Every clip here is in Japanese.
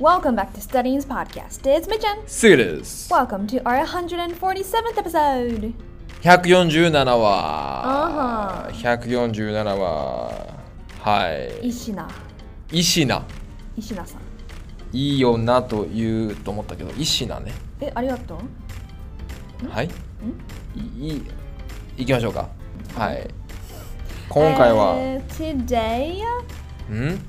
Welcome back to Studying's podcast. It's Michan. すぐです。 Welcome to our 147th episode. 147あ話。147話。はい。 Ishina. イシナ。 Ishina さん。いいよなと言うと思ったけど、イシナね。え、ありがとう。はい。いい、いきましょうか。はい。今回は、 Uh, today, うん、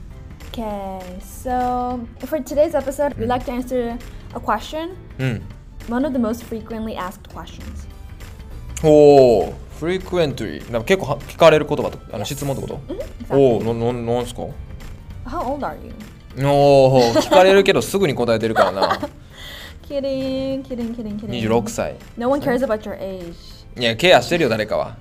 okay, so for today's episode, we'd like to answer a question, うん。 one of the most frequently asked questions. おお、フリクエントリー。なんか結構は聞かれる言葉と、あの質問ってこと exactly. おお、なななんすか How old are you? おお、聞かれるけどすぐに答えてるか らな。 Kidding, kidding, kidding, kidding. 26歳。 No one cares about your age. いや、ケアしてるよ、誰かは。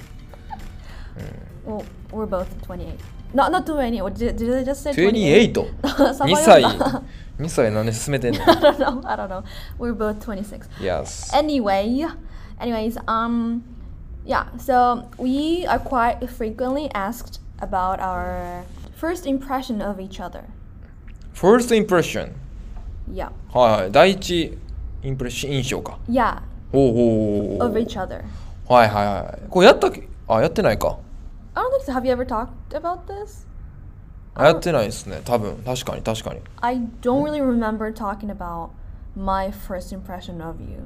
Well, we're both 28. Not, not 28. What Did, did I just say 28? 28 Sabayon ?2 歳 ba? 2歳なんで進めてんの I don't know. I don't know. We're both 26. ?Yes Anyway, anyways, um, yeah. So we are quite frequently asked about our first impression of each other. First impression Yeah, はいはい第一インプレッション印象か yeah, おうおうおうおう of each other. はいはいはいこれやったっけあやってないか I don't think so. Have you ever talked about this? あやってないですね多分確かに確かに I don't really remember talking about my first impression of you.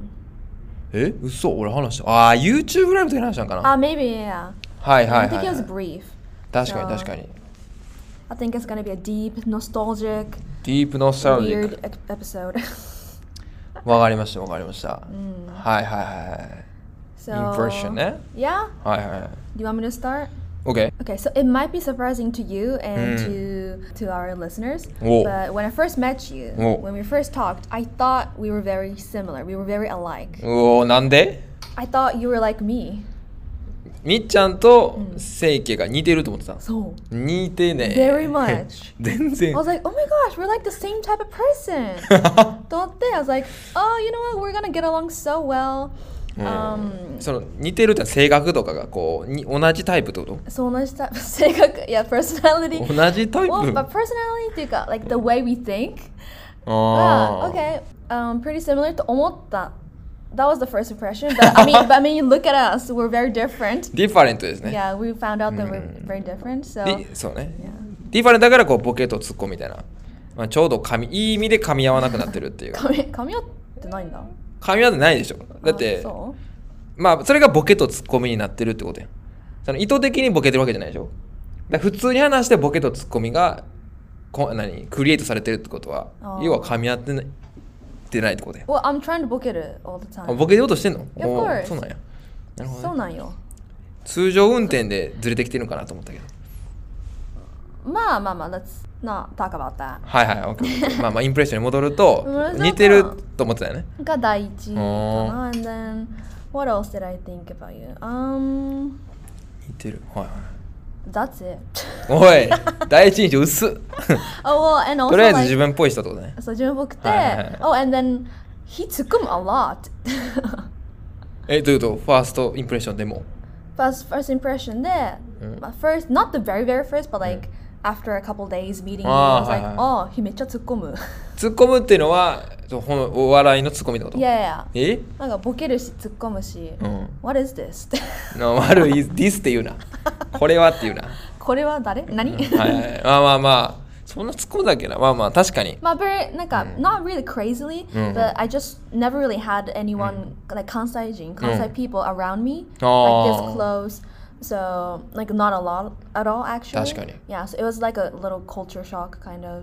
え嘘俺話したああ YouTube ライブで話したんかな Ah, maybe yeah. はいは I い think は it い、はい was、brief. 確かに so- 確かに I think it's gonna be a deep, nostalgic, ディープノスタルジッ weird ク ep- episode. わかりましたわかりました、はいはいはい so Impression, eh? Yeah. はいはいはい Do you want me to start? OK Okay, so it might be surprising to you and to to our listeners, Hmm. Whoa. but when I first met you, Whoa. when we first talked, I thought we were very similar. We were very alike. おおなんで I thought you were like me. みっちゃんと清家が似てると思ってた So 似てね very much. 全 I 然 was like, oh my gosh, we're like the same type of person. Don't they? I was like, oh, you know what? We're gonna get along so well. Hmm. Um, その似てるってのは性格とかがこうに同じタイプって こと so much type, 性格- yeah, personality. 同じタイプ Well, but personality っていうか like the way we think. あ Ah, ー okay. Um, pretty similar to omotta. That was the first impression. But I mean, but I mean, you look at us. We're very different. ディファレントですね Yeah, we found out that we're very different. So でそうねディファレントだからこうボケとツッコミみたいな、まあ、ちょうど噛みいい意味で噛み合わなくなってるっていう髪髪はってないんだ。噛み合ってないでしょ Oh, だってそう。まあそれがボケとツッコミになってるってことやんその意図的にボケてるわけじゃないでしょだから普通に話してボケとツッコミがこ何クリエイトされてるってことはあー要は噛み合ってないってないってことや Well, I'm trying to book it uh, all the あ time. ボケようとしてんの Yeah, of おー course. そうなんやなるほど、ね、通常運転でずれてきてるのかなと思ったけどそうなんよ。まあまあまあ、let's not talk about that. はいはい OK まあまあインプレッションに戻ると戻ると似てると思ってたよねが第一かな。And then, what else did I think about you? Um, 似てるはいはい that's it. おい第一印象薄っ oh, well, and also とりあえず like, 自分っぽい人ってことねそう自分っぽくて、はいはいはい Oh, and then he took him a lot. えどういうことファーストインプレッションでも first, first impression で、Mm. まあ first, not the very very first, but like、after a couple days meeting him, I あー was like, はいあ、oh, めっちゃ突っ込 む。ツッコむっていうのはそうほんお笑いのツッコミってこといやいやいや。えなんかボケるし突っ込むし、ん What is this? っての悪いディスって言うなこれはって言うな これは誰何、Mm. はいはいはいまあまあまあそんなツッコむだっけなまあまあ確かにまあ、very, なんか、not really crazily, but I just never really had anyone, like 関西人、関西 people around me, like あー this close. So, like, not a lot at all, actually. 確かに Yeah, so it was like a little culture shock, kind of. Mm.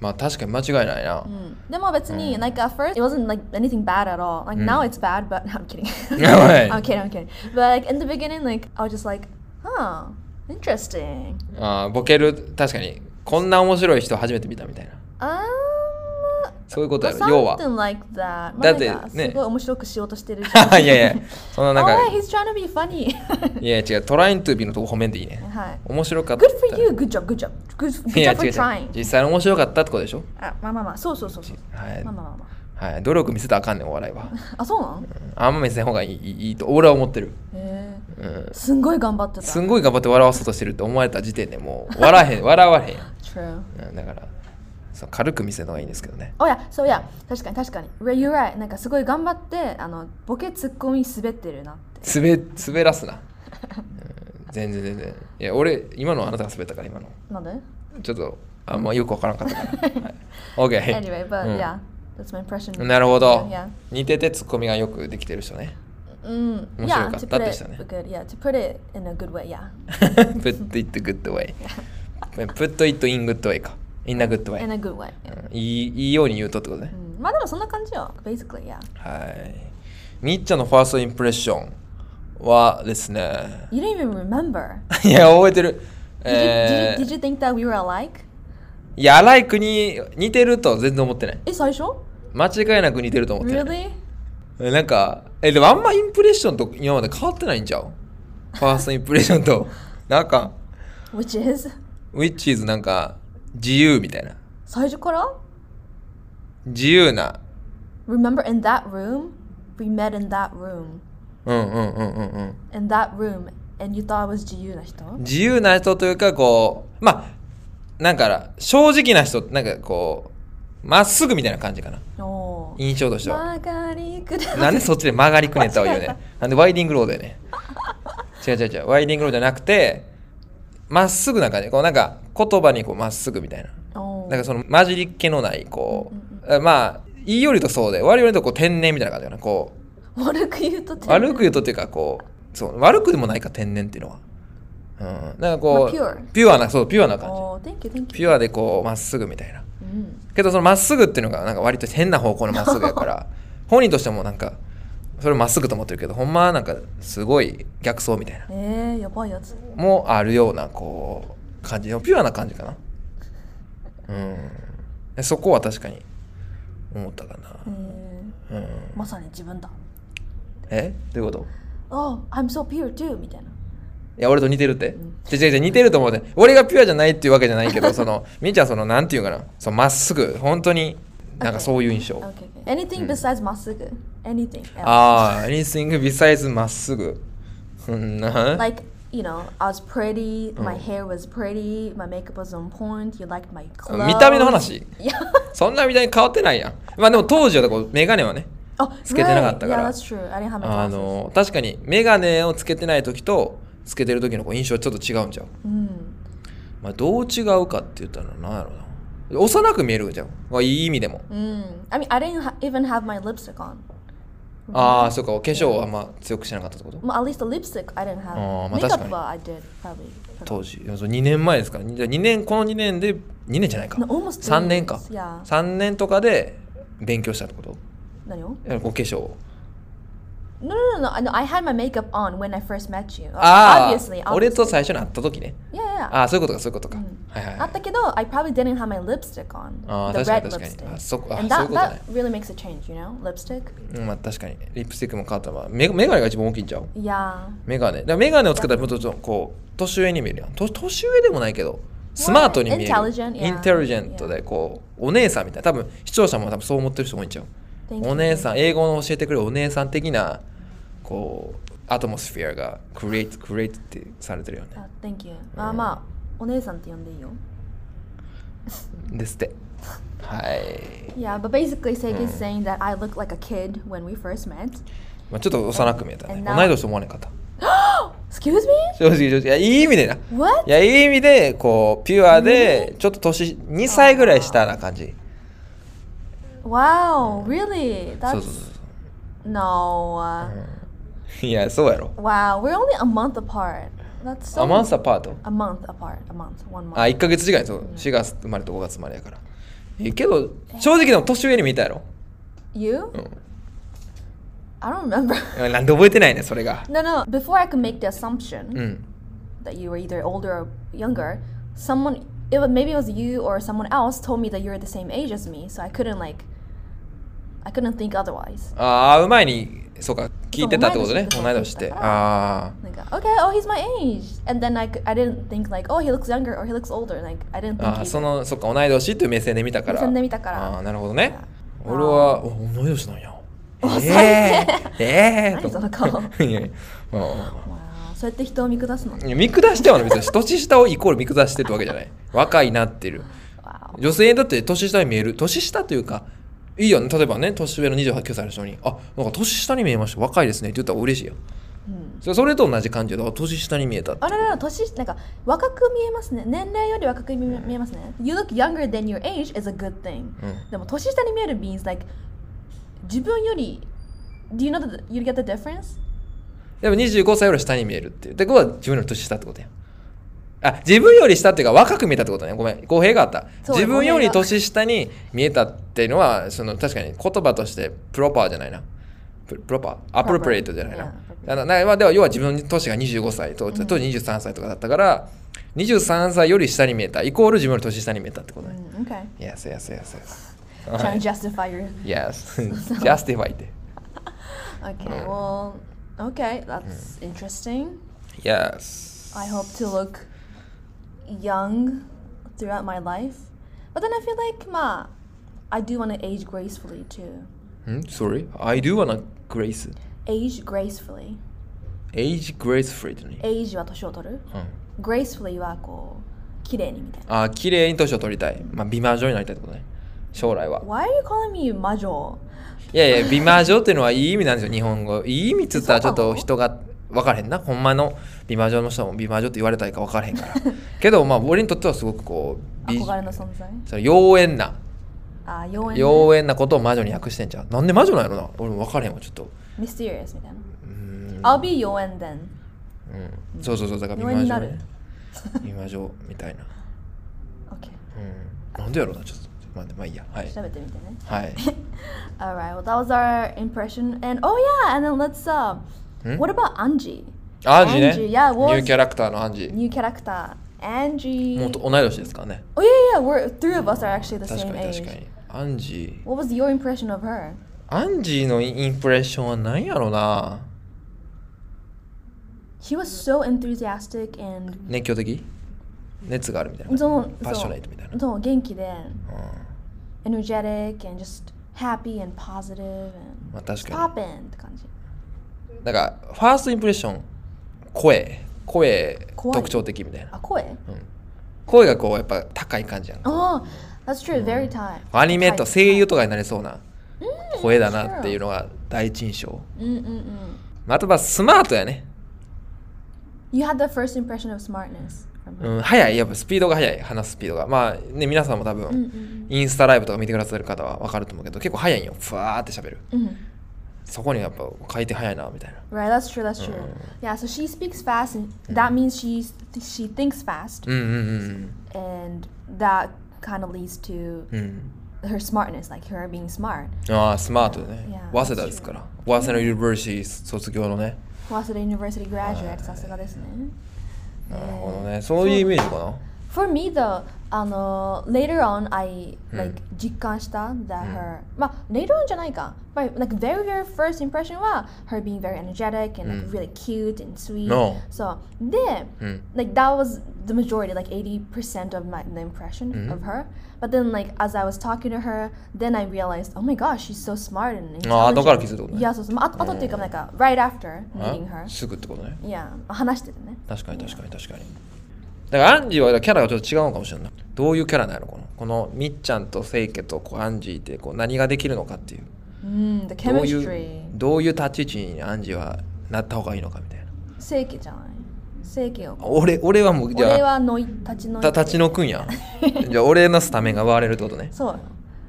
まあ確かに間違いないな、でも別に、like, at first, it wasn't like anything bad at all. Like, now it's bad, but I'm kidding. は い I'm kidding, I'm kidding. But, like, in the beginning, like, I was just like, huh, interesting. あーボケる確かにこんな面白い人初めて見たみたいな Um, そういうことやろ要は something like that. まあだってなんかねすごい面白くしようとしてるじ いやいやそんななんか oh, he's trying to be funny. いや違う trying to be のとこ褒めんでいいねはい。面白かった Good for you. Good job. Good job. Good, good いや job 違う for 違う trying. 実際に面白かったってことでしょあ、まあまあまあ。そうそうそうそう。はいまあまあまあまはい努力見せたらあかんねんお笑いはあ。あ、そうなんあんま見せん方がいいいいいいと俺は思ってるへえ。すんごい頑張ってたす。んごい頑張って笑わそうとしてるって思われた時点でもう笑わへん笑われへん True. うんだからそう軽く見せるのがいいんですけどねおやそうや確かに確かに Right, You're right なんかすごい頑張ってあのボケツッコミ滑ってるなって滑滑らすな、うん全然全然いや俺今のあなたが滑ったから今のなんでちょっとあんまよくわからんかったから、はい、OK Anyway but、うん yeah that's my impression なるほど Yeah. 似ててツッコミがよくできてる人ね Mm, 面白 yeah, かっ to た put でした it ね。 good, yeah, to put it in a good way, yeah. Put it good way Put it in good way か In a good way In a good way. うんいいいいように言うとってことね、うん Mm, まあでもそんな感じよ、basically, yeah. はいみっちゃんのファーストインプレッションはですね You don't even remember. いや覚えてる Did you, did, え you, did ー you think that we were alike? いや荒い国似てると全然思ってないえ、最初間違いなく似てると思ってない、 ?Really? えなんかえでもあんまインプレッションと今まで変わってないんちゃうファーストインプレッションとなんか Which is? ウィッチーズなんか自由みたいな最初から自由な Remember in that room? We met in that room. うんうんうんうんうん In that room. And you thought I was 自由な人自由な人というかこうまあなんか正直な人なんかこうまっすぐみたいな感じかなおー。印象としては曲がりくだ なんでそっちで曲がりくねったわよねなんでワイディングローだよね違う違う違うワイディングローじゃなくてまっすぐな感じこうなんか言葉にこうまっすぐみたいなおなー。んかその混じりっ気のないこう、まあいいよりとそうで悪いよりとこう天然みたいな感じかなこ悪く言うとう悪く言うとっていうかこうそう悪くでもないか天然っていうのは、うん、なんかこう、まあピュアピュアなそうピュアな感じおー、thank Oh, you, Mm. thank ピ you. ュアでこうまっすぐみたいなうん。けどそのまっすぐっていうのがなんか割と変な方向のまっすぐやから本人としてもなんかそれまっすぐと思ってるけどほんまはなんかすごい逆走みたいなえー、やばいやつ。もあるようなこう感じのピュアな感じかなうんでそこは確かに思ったかえなー、うんまさに自分だ。えどういうこと Oh, I'm so pure too みたいな。いや俺と似てるって違う違う違う似てると思うて俺がピュアじゃないっていうわけじゃないけどそのみーちゃんそのなんていうかなそのまっすぐ本当になんかそういう印象 Okay, okay. Anything besides まっすぐ Anything Ah, else? ああ、anything besides まっすぐ。うんな。 Like, you know, I was pretty, my hair was pretty, my makeup was on point, you liked my clothes. 見た目の話いや。 そんな見た目変わってないやん。まあでも当時はこうメガネはね、あ、つけてなかったから Oh, Right. Yeah, that's true. I didn't have my glasses. あの確かにメガネをつけてない時とつけてる時のこう印象はちょっと違うんじゃう。うん。まあどう違うかって言ったらなんやろうな。幼く見えるじゃん。まあいい意味でも。うん。I mm. mean, I didn't ha even have my lipstick on. ああ、そうか、お化粧はあんま強くしなかったってことまあ at least the lipstick I didn't have. あーまあ Makeup 確かには I did, probably. 当時。いやそう2年前ですから。じゃあ二年、この2年で、2年じゃないか。 No, almost 3年か。 three years. Yeah. 3年とかで勉強したってこと何をいやお化粧を。 No, no, no, no, no. I had my makeup on when I first met you. あ obviously, あ、俺と最初に会った時ね。 Yeah, yeah, yeah. ああ、そういうことか、そういうことか。うんはいはいあはっい。たけど、I probably didn't have my lipstick on. あー the red 確かに確かに lipstick. あそこあ And そう that, いうことね that really makes a change, you know? Lipstick? うんまあ、確かに。リップスティックも変わったわ。メメガネが一番大きいんちゃう Yeah. メガネ。だからメガネをつけたらもっとちょっとこう、年上に見えるやん。と年上でもないけど、スマートに見える。 Intelligent, yeah. インテリジェントで、こう、お姉さんみたいな。多分、視聴者も多分そう思ってる人多いんちゃう Thank you. お姉さん、英語の教えてくれるお姉さん的な、こう、アトモスフィアがクリエイト、クリエイトってされてるよね。あ Ah, Thank you. まあまあ、お姉さんって呼んでいいよ。ですって。はい。 Yeah, but basically, Seiga is saying that I look like a kid when we first met. まあ、ちょっと幼く見えたね。 And 同 now- い年と思わなかった。 Excuse me? 正直正直。いや、いい意味でな。い What? や、いい意味で、こう、ピュアで、ちょっと年、2歳ぐらい下な感じ。 Wow, really? そ That's. うそうそうそ No. uh, う。いや、そうやろ。 Wow, we're only a month apart. That's ア so. マンサパート。 A month apart. A month. One あ、 month. 1ヶ月違いそう。4月生まれと5月生まれやから。えけど、正直でも年上に見えたやろ。 You? うん I don't remember. うん。なんで覚えてないねん、それが。 No, no. Before I could make the assumption. うん。 that you were either older or younger, someone it was maybe it was you or someone else told me that you were the same age as me, so I couldn't like I couldn't think otherwise. ああ、会う前に、そうか、聞いてたってことね。そ同うい同い年年しってて。ことああ。 Like, okay, oh, he's my age, and then I, cou- I didn't think like, oh, he looks younger or he looks older. Like I didn't think. ああ either. そのそっか同い年っていう目線で見たから目線で見たからああなるほどねうん俺はお同い年なんや最低ええええ何その顔 いやいやまあまあま Wow. そうやって人を見下すの。あいや見下してはない別に年下をイコール見下してるってわけじゃない若いなってる Wow. 女性だって年下に見える年下というかいいよね例えばね年上の28歳の人に「あなんか年下に見えました若いですね」って言ったら嬉しいようんそれそれと同じ感じであ年下に見えたってあららら年なんか若く見えますね年齢より若く見え見えますね You look younger than your age is a good thing、うんでも年下に見える means like 自分より Do you know the, you get the difference? でも25歳より下に見えるっていうってことは自分より年下ってことやあ自分より下っていうか若く見えたってことねごめん公平があったそう自分よ語弊りが年下に見えたっていうのはその確かに言葉としてプロパーじゃないなププロパーアプロプレートじゃないな Yeah だからなまあでは要は自分の年が25歳と当時23歳とかだったから、23歳より下に見えたイコール自分より年下に見えたってことうね、ん okay. Yes yes yes yes Trying to justify your Yes justify って Okay, well, okay, that's interesting. Yes I hope to look young throughout my life. But then I feel like, ma, I do want to age gracefully too. ん Sorry I do wanna grace Age gracefully. age gracefully ってね Age は年を取る。うん Gracefully はこう、綺麗にみたいな。あー綺麗に年を取りたい、まあ、美魔女になりたいってことね将来は Why are you calling me 魔女いやいや美魔女っていうのはいい意味なんですよ日本語いい意味っつったらちょっと人が分からへんなほんまの美魔女の人も美魔女って言われたいか分からへ んからけどまあ俺にとってはすごくこう美憧れの存在その妖艶なあ、妖艶ね。妖艶なことを魔女に訳してんじゃんなんで魔女なんやろな俺も分からへんわちょっと Mysterious みたいな。うーん I'll be 妖艶 then. うんそうそうそうだから美魔妖艶になる女、ね、美魔女みたいな Okay, うんなんでやろうなちょっと待ってまあいいやはい調べてみてね。はい All right. Well, that was our impression. And oh yeah, and then let's uh, Hmm? what about Angie? アンジね Angie, yeah, ニ was ューキャラクターのアンジ new character Angie. もうと同い年ですからね Oh yeah, yeah. We're three of us are actually the 確 same かに age. 確かにアンジ What was your impression of her? アンジーのインプレッションは何やろな She was so enthusiastic and 熱狂的熱があるみたいな so パッショネイトみたいな so, so genki then うん energetic and just happy and positive and まあ確か poppin' って感じ。にだからファーストインプレッション声声怖い特徴的みたいなあ声。声がこうやっぱ高い感じやんか Oh, that's true. Very tight. Mm, アニメと声優とかになりそうなうん声だなっていうのが第一印象うんうんうん。まああとはスマートやね You had the first impression of smartness from her. うん早いやっぱスピードが速い話すスピードがまあね皆さんも多うん分インスタライブとか見てくださる方は分かると思うけど結構早いんよふわーって喋るうんうん。そこにやっぱ回転早いなみたいな Mm-hmm. Right, that's true, that's true. Yeah, so she speaks fast, and that means she's, she thinks fast, うんうんうん、 and that kind of leads to うんうん、 her smartness, like her being smart. ああスマートでね Yeah, 早稲田ですから早稲田ユニバーシティ卒業のね Waseda University graduate, さすがですね。なるほどねそういうイメージかな For me though, あの later on I うん like 実感した that her まあ later on じゃないか。My like very very first impression は her being very energetic and うん like really cute and sweet. No. So でうん like that was the majority, like 80% of my the impression Mhm. of her. But then like as I was talking to her, then I realized, oh my gosh, she's so smart and intelligent. あー後から気づいたことね Yeah, そうそう。まあ後後っていうかなんか right after あ meeting her. すぐってことね Yeah, 話しててね。確かに確かに確かにだからアンジーはキャラがちょっと違うのかもしれないどういうキャラなのかなこのみっちゃんとせいけとこうアンジーってこう何ができるのかっていう Hmm, うん、the どうい chemistry. うどういう立ち位置にアンジーはなった方がいいのかみたいな正規じゃない正規を俺俺はもうじ俺ゃあはのい立ちのいた立ちのくん やじゃあ俺のスタメンが奪われるってことねそうよ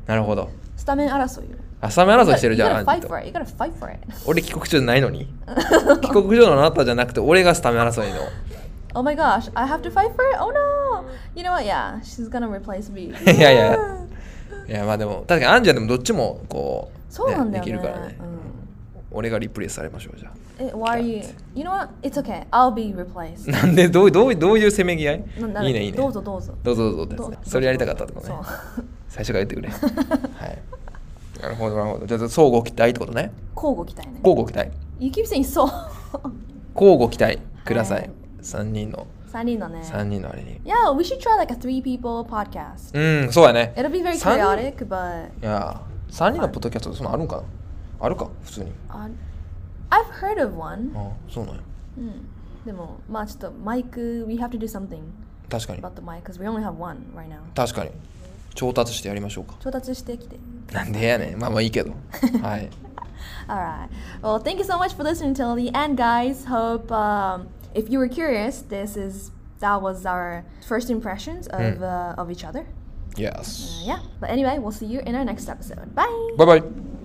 なるほどスタメン争いよあスタメン争いしてるじゃん You ア gotta ン fight ジーと for it You gotta fight for it 俺帰国中じゃないのに帰国中のあなたじゃなくて俺がスタメン争 いの Oh my gosh I have to fight for it Oh no You know what Yeah She's gonna replace me いやいやいやまあでも確かにアンジャでもどっちもこう、そうなんだよねできるからね、うん俺がリプレイスされましょうじゃ Eh, Why are you You know what It's okay I'll be replaced あなんでどうどうどういうせめぎ合いななんだいいねいいねどうぞどうぞどうぞどうぞどうですねそれやりたかったってことねそう 最初から言ってくれはいなるほどなるほどじゃあ相互期待ってことね交互期待ね交互期待 You keep saying そう交互期待くださはいい、三3人の3人のね3人のあれに Yeah we should try like a three people podcast うんそうやね It'll be very 三人 chaotic but いや3人のポッドキャストそんなんあるんかなあるか普通に uh, I've heard of one あそうなんやうんでも、まあちょっとマイク、we have to do something 確かに about the mic because we only have one right now. 確かに調達してやりましょうか調達してきて。なんでやねんまあまあいい けどはい Alright. Well, thank you so much for listening till the end, guys. Hope um, if you were curious, this is that was our first impressions of uh, of each other. Yes Yeah. But anyway, we'll see you in our next episode. Bye. バイバイ